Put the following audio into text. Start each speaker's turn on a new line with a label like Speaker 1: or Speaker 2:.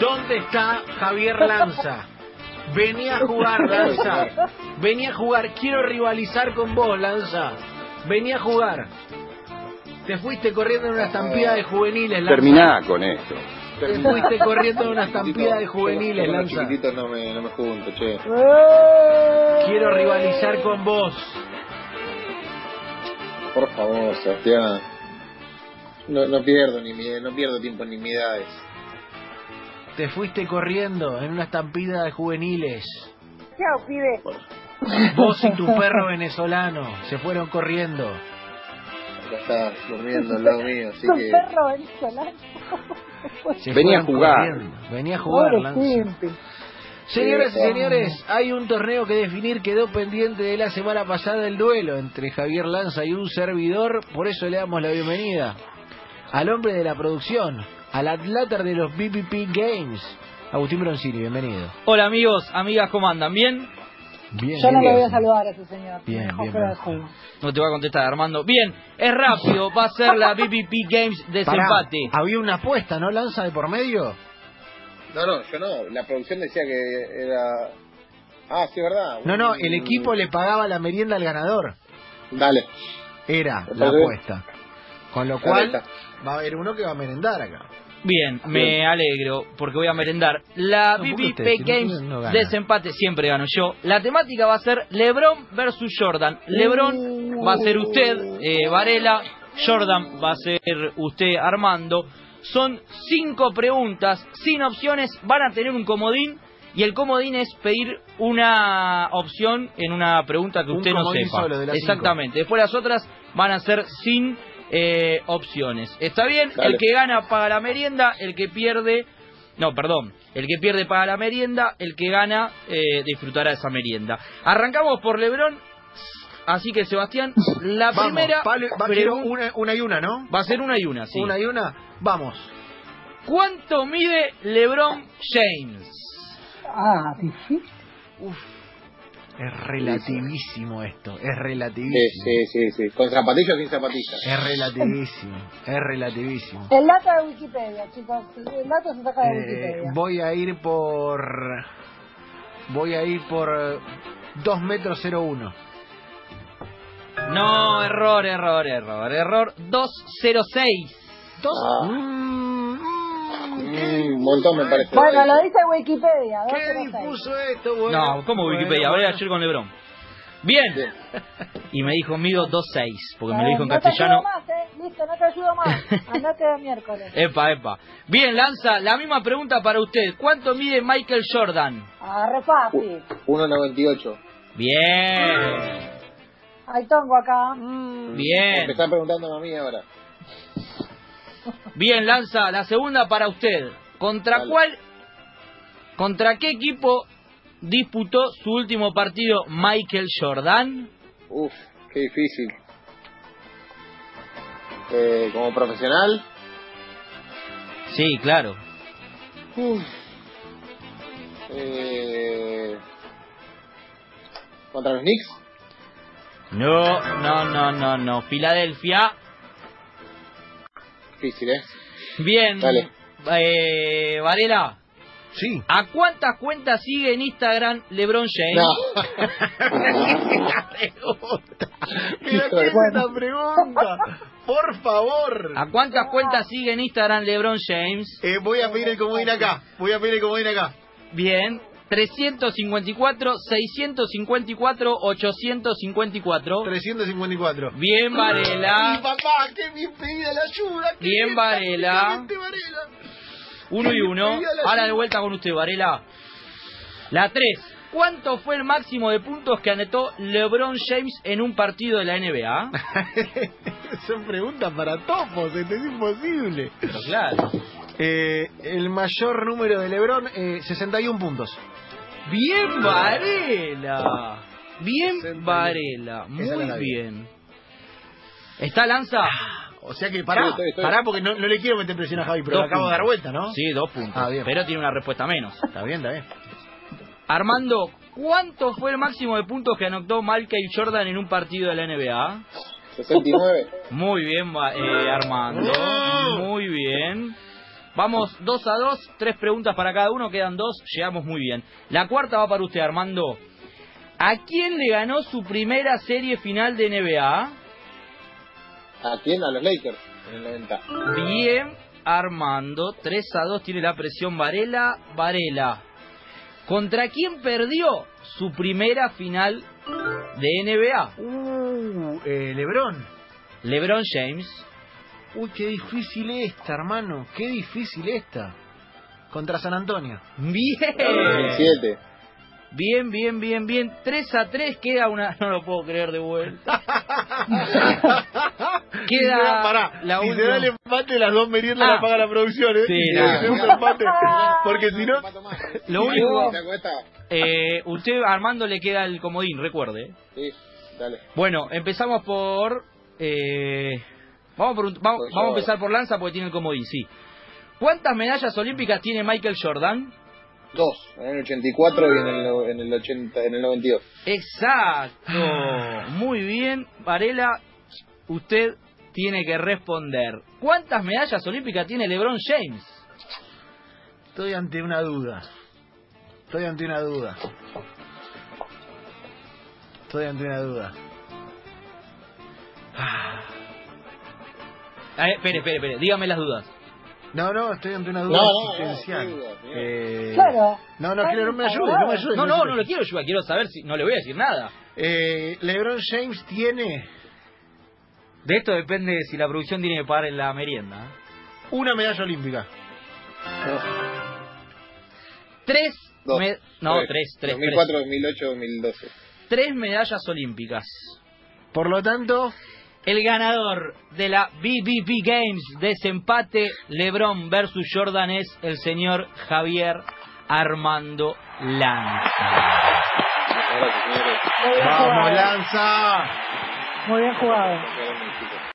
Speaker 1: ¿Dónde está Javier Lanza? Venía a jugar, Lanza. Venía a jugar. Quiero rivalizar con vos, Lanza. Venía a jugar. Te fuiste corriendo en una estampida de juveniles, Lanza.
Speaker 2: Terminá con esto.
Speaker 1: Te fuiste corriendo en una estampida de juveniles,
Speaker 3: Con los
Speaker 1: Lanza.
Speaker 3: chiquititos no me, no me junto, che.
Speaker 4: ¡Eh!
Speaker 1: Quiero rivalizar con vos.
Speaker 3: Por favor, Sebastián. No, no pierdo ni mi, no pierdo tiempo ni mi edades.
Speaker 1: Te fuiste corriendo en una estampida de juveniles.
Speaker 4: Chao, pibe.
Speaker 1: Vos y tu perro venezolano se fueron corriendo.
Speaker 3: Ya estás durmiendo al lado mío, así
Speaker 4: Son
Speaker 3: que
Speaker 4: perro ¿eh? venezolano.
Speaker 1: Se
Speaker 2: Venía
Speaker 1: fueron
Speaker 2: a jugar.
Speaker 1: corriendo. Venía a jugar,
Speaker 4: Pobre
Speaker 1: Lanza.
Speaker 4: gente.
Speaker 1: Señoras y
Speaker 3: Sí,
Speaker 1: señores, hay un torneo que definir quedó pendiente de la semana pasada el duelo entre Javier Lanza y un servidor, por eso le damos la bienvenida al hombre de la producción, al atláter de los BPP Games, Agustín Broncini, bienvenido.
Speaker 5: Hola amigos, amigas, ¿cómo andan? ¿Bien?
Speaker 1: Bien,
Speaker 4: Yo no lo
Speaker 1: bien.
Speaker 4: voy a saludar a ese señor.
Speaker 1: Bien,
Speaker 4: Mejor
Speaker 1: bien,
Speaker 4: fuera de
Speaker 1: bien.
Speaker 4: juego.
Speaker 5: No te va a contestar Armando. Bien, es rápido, va a ser la BPP Games
Speaker 1: Pará,
Speaker 5: desempate.
Speaker 1: había una apuesta, ¿no? Lanza de por medio.
Speaker 3: No, no, yo no. La producción decía que era. Ah, sí, verdad. Mm.
Speaker 1: No, no, el equipo le pagaba la merienda al ganador.
Speaker 3: Dale.
Speaker 1: Era la
Speaker 3: Ok.
Speaker 1: apuesta. Con lo cual,
Speaker 3: Correcto.
Speaker 1: va a haber uno que va a merendar acá.
Speaker 5: Bien, me alegro porque voy a merendar. La
Speaker 1: Ah, No, ¿por qué
Speaker 5: BPP
Speaker 1: ustedes? Si no
Speaker 5: Games
Speaker 1: tienen, no ganan.
Speaker 5: desempate siempre gano yo. La temática va a ser LeBron versus Jordan. LeBron
Speaker 1: Uh.
Speaker 5: va a ser usted, eh, Varela. Jordan va a ser usted, Armando. Son cinco preguntas sin opciones. Van a tener un comodín. Y el comodín es pedir una opción en una pregunta que
Speaker 1: Un
Speaker 5: usted no
Speaker 1: comodín
Speaker 5: sepa.
Speaker 1: solo de las cinco.
Speaker 5: Exactamente. Después las otras van a ser sin eh, opciones. ¿Está bien?
Speaker 3: Dale.
Speaker 5: El que gana paga la merienda, el que pierde... No, perdón. El que pierde paga la merienda, el que gana eh, disfrutará esa merienda. Arrancamos por Lebrón. Así que, Sebastián, la
Speaker 1: Vamos,
Speaker 5: primera
Speaker 1: palo- va, quiero
Speaker 5: pregunta
Speaker 1: una, una y una, ¿no?
Speaker 5: va a ser una y una, sí.
Speaker 1: Una y una. Vamos.
Speaker 5: ¿Cuánto mide LeBron James?
Speaker 4: Ah, difícil.
Speaker 1: Es relativísimo esto, es relativísimo.
Speaker 3: Sí, sí, sí, sí. ¿Con zapatillas o sin zapatillas?
Speaker 1: Es relativísimo, es relativísimo.
Speaker 4: El dato de Wikipedia, chicos. El dato se saca de
Speaker 1: Eh,
Speaker 4: Wikipedia.
Speaker 1: voy a ir por... Voy a ir por eh, 2 metros 01.
Speaker 5: No, error, error, error, error. 206.
Speaker 1: ¿Dos?
Speaker 3: Ah.
Speaker 1: Mm, mm, qué
Speaker 3: Mm, un montón me parece.
Speaker 4: Bueno, lo dice Wikipedia.
Speaker 1: qué
Speaker 4: 206.
Speaker 1: difuso esto, güey.
Speaker 5: No, ¿cómo Wikipedia? Hablé ayer con Lebron. Bien.
Speaker 3: Bien.
Speaker 5: Y me dijo mido 2.6, porque me lo
Speaker 4: Eh,
Speaker 5: dijo en
Speaker 4: No te
Speaker 5: castellano.
Speaker 4: ayudo más, ¿eh? Listo, no te ayudo más. Andate de miércoles.
Speaker 1: Eh.
Speaker 5: Epa, epa. Bien, Lanza, la misma pregunta para usted. ¿Cuánto mide Michael Jordan?
Speaker 4: Agarre
Speaker 1: Uh.
Speaker 4: fácil.
Speaker 3: 1.98.
Speaker 5: Bien,
Speaker 4: Hay tongo acá.
Speaker 3: Me
Speaker 5: bien.
Speaker 3: están preguntando a mí ahora.
Speaker 5: Bien, Lanza, la segunda para usted. ¿Contra
Speaker 3: Dale.
Speaker 5: cuál, contra qué equipo disputó su último partido Michael Jordan?
Speaker 3: Uf, qué difícil. Eh, como profesional,
Speaker 5: Sí, claro.
Speaker 3: eh, contra los Knicks,
Speaker 5: No, no, no, no, no. Filadelfia.
Speaker 3: difícil, ¿eh?
Speaker 5: Bien.
Speaker 3: Dale.
Speaker 5: Eh, Varela.
Speaker 1: Sí.
Speaker 5: ¿A cuántas cuentas sigue en Instagram LeBron James?
Speaker 3: No.
Speaker 1: Mira qué es esta pregunta. Por favor.
Speaker 5: ¿A cuántas cuentas sigue en Instagram LeBron James?
Speaker 1: Eh, voy a pedir el comodín acá. Voy a pedir el comodín acá.
Speaker 5: Bien. 354, 654, 854.
Speaker 1: 354.
Speaker 5: Bien,
Speaker 1: Y
Speaker 5: Varela.
Speaker 1: papá, Ah, que me pedía la ayuda. que
Speaker 5: Bien,
Speaker 1: me-
Speaker 5: Varela.
Speaker 1: que me- Varela.
Speaker 5: Uno y uno. Ahora de vuelta con usted, Varela. La 3. ¿Cuánto fue el máximo de puntos que anotó LeBron James en un partido de la NBA?
Speaker 1: Son preguntas para topos, esto es imposible.
Speaker 5: Pero claro.
Speaker 1: Eh, el mayor número de Lebron, eh, 61 puntos.
Speaker 5: Bien, Varela. Bien, Varela.
Speaker 1: Esa era la
Speaker 5: Muy
Speaker 1: vida.
Speaker 5: bien. ¿Está Lanza?
Speaker 1: O sea que pará,
Speaker 3: Sí, estoy, estoy.
Speaker 1: pará porque no, no le quiero meter presión a Javi, pero lo
Speaker 5: Dos
Speaker 1: acabo de dar vuelta, ¿no?
Speaker 5: Sí, dos puntos.
Speaker 1: Ah, bien.
Speaker 5: Pero tiene una respuesta menos.
Speaker 1: Está bien, está bien.
Speaker 5: Armando, ¿cuánto fue el máximo de puntos que anotó Michael Jordan en un partido de la NBA?
Speaker 3: 69.
Speaker 5: Muy bien, va- eh, Armando. Muy bien. Vamos 2 a 2, tres preguntas para cada uno, quedan dos, llegamos muy bien. La cuarta va para usted, Armando. ¿A quién le ganó su primera serie final de NBA?
Speaker 3: ¿A quién? A los Lakers, en el 90.
Speaker 5: Bien, Armando. 3 a 2 tiene la presión Varela. Varela. ¿Contra quién perdió su primera final de NBA?
Speaker 1: Uh, eh, Lebrón.
Speaker 5: LeBron James.
Speaker 1: Uy, qué difícil esta, hermano. Qué difícil esta. Contra San Antonio.
Speaker 5: Bien.
Speaker 3: 2007.
Speaker 5: Bien, bien, bien, bien. 3 a 3 queda una... No lo puedo creer de vuelta. Queda
Speaker 1: Si se da- pará,
Speaker 5: la
Speaker 1: si se
Speaker 5: última.
Speaker 1: da el em- empate, las dos meriendas
Speaker 5: Ah.
Speaker 1: las paga la producción, ¿eh?
Speaker 5: Sí,
Speaker 1: Y
Speaker 5: nada.
Speaker 1: se usa empate. Porque si no...
Speaker 5: Lo
Speaker 3: Sí,
Speaker 5: único-
Speaker 3: ¿te acuerdas?
Speaker 5: Eh, usted, Armando, le queda el comodín, recuerde. ¿eh?
Speaker 3: Sí, dale.
Speaker 5: Bueno, empezamos por... eh, vamos, por un- vamos,
Speaker 3: Por
Speaker 5: vamos a
Speaker 3: Jordan.
Speaker 5: empezar por Lanza porque tiene el comodín, sí. ¿Cuántas medallas olímpicas tiene Michael Jordan?
Speaker 3: Dos, en el 84 y en el, en el 80, en el 92.
Speaker 5: Exacto. Muy bien, Varela, usted tiene que responder. ¿Cuántas medallas olímpicas tiene LeBron James?
Speaker 1: Estoy ante una duda. Estoy ante una duda. Estoy ante una duda.
Speaker 5: A ver, Ah, eh, espere, espere, espere, dígame las dudas.
Speaker 1: No, no, estoy ante una duda
Speaker 3: No, no, no,
Speaker 1: existencial.
Speaker 3: sí, duda, sí.
Speaker 1: Eh,
Speaker 4: Claro.
Speaker 1: No, no,
Speaker 4: Ay,
Speaker 1: quiero, no me
Speaker 4: por
Speaker 1: ayude, no me
Speaker 4: favor.
Speaker 1: ayude.
Speaker 5: Ah, No,
Speaker 1: me
Speaker 5: no,
Speaker 1: ayude.
Speaker 5: no lo quiero ayudar, quiero saber si... No le voy a decir nada.
Speaker 1: Eh, LeBron James tiene
Speaker 5: De esto depende de si la producción tiene que pagar en la merienda. ¿eh?
Speaker 1: una medalla olímpica.
Speaker 5: Tres,
Speaker 3: Dos.
Speaker 5: me- no, tres, tres, tres.
Speaker 3: 2004, 2008, 2012.
Speaker 5: Tres medallas olímpicas.
Speaker 1: Por lo tanto,
Speaker 5: El ganador de la BBB Games desempate LeBron versus Jordan es el señor Javier Armando Lanza.
Speaker 3: Gracias, señores.
Speaker 4: Muy bien jugado.
Speaker 1: lanza!
Speaker 4: Muy bien jugado.
Speaker 3: Gracias, chicos.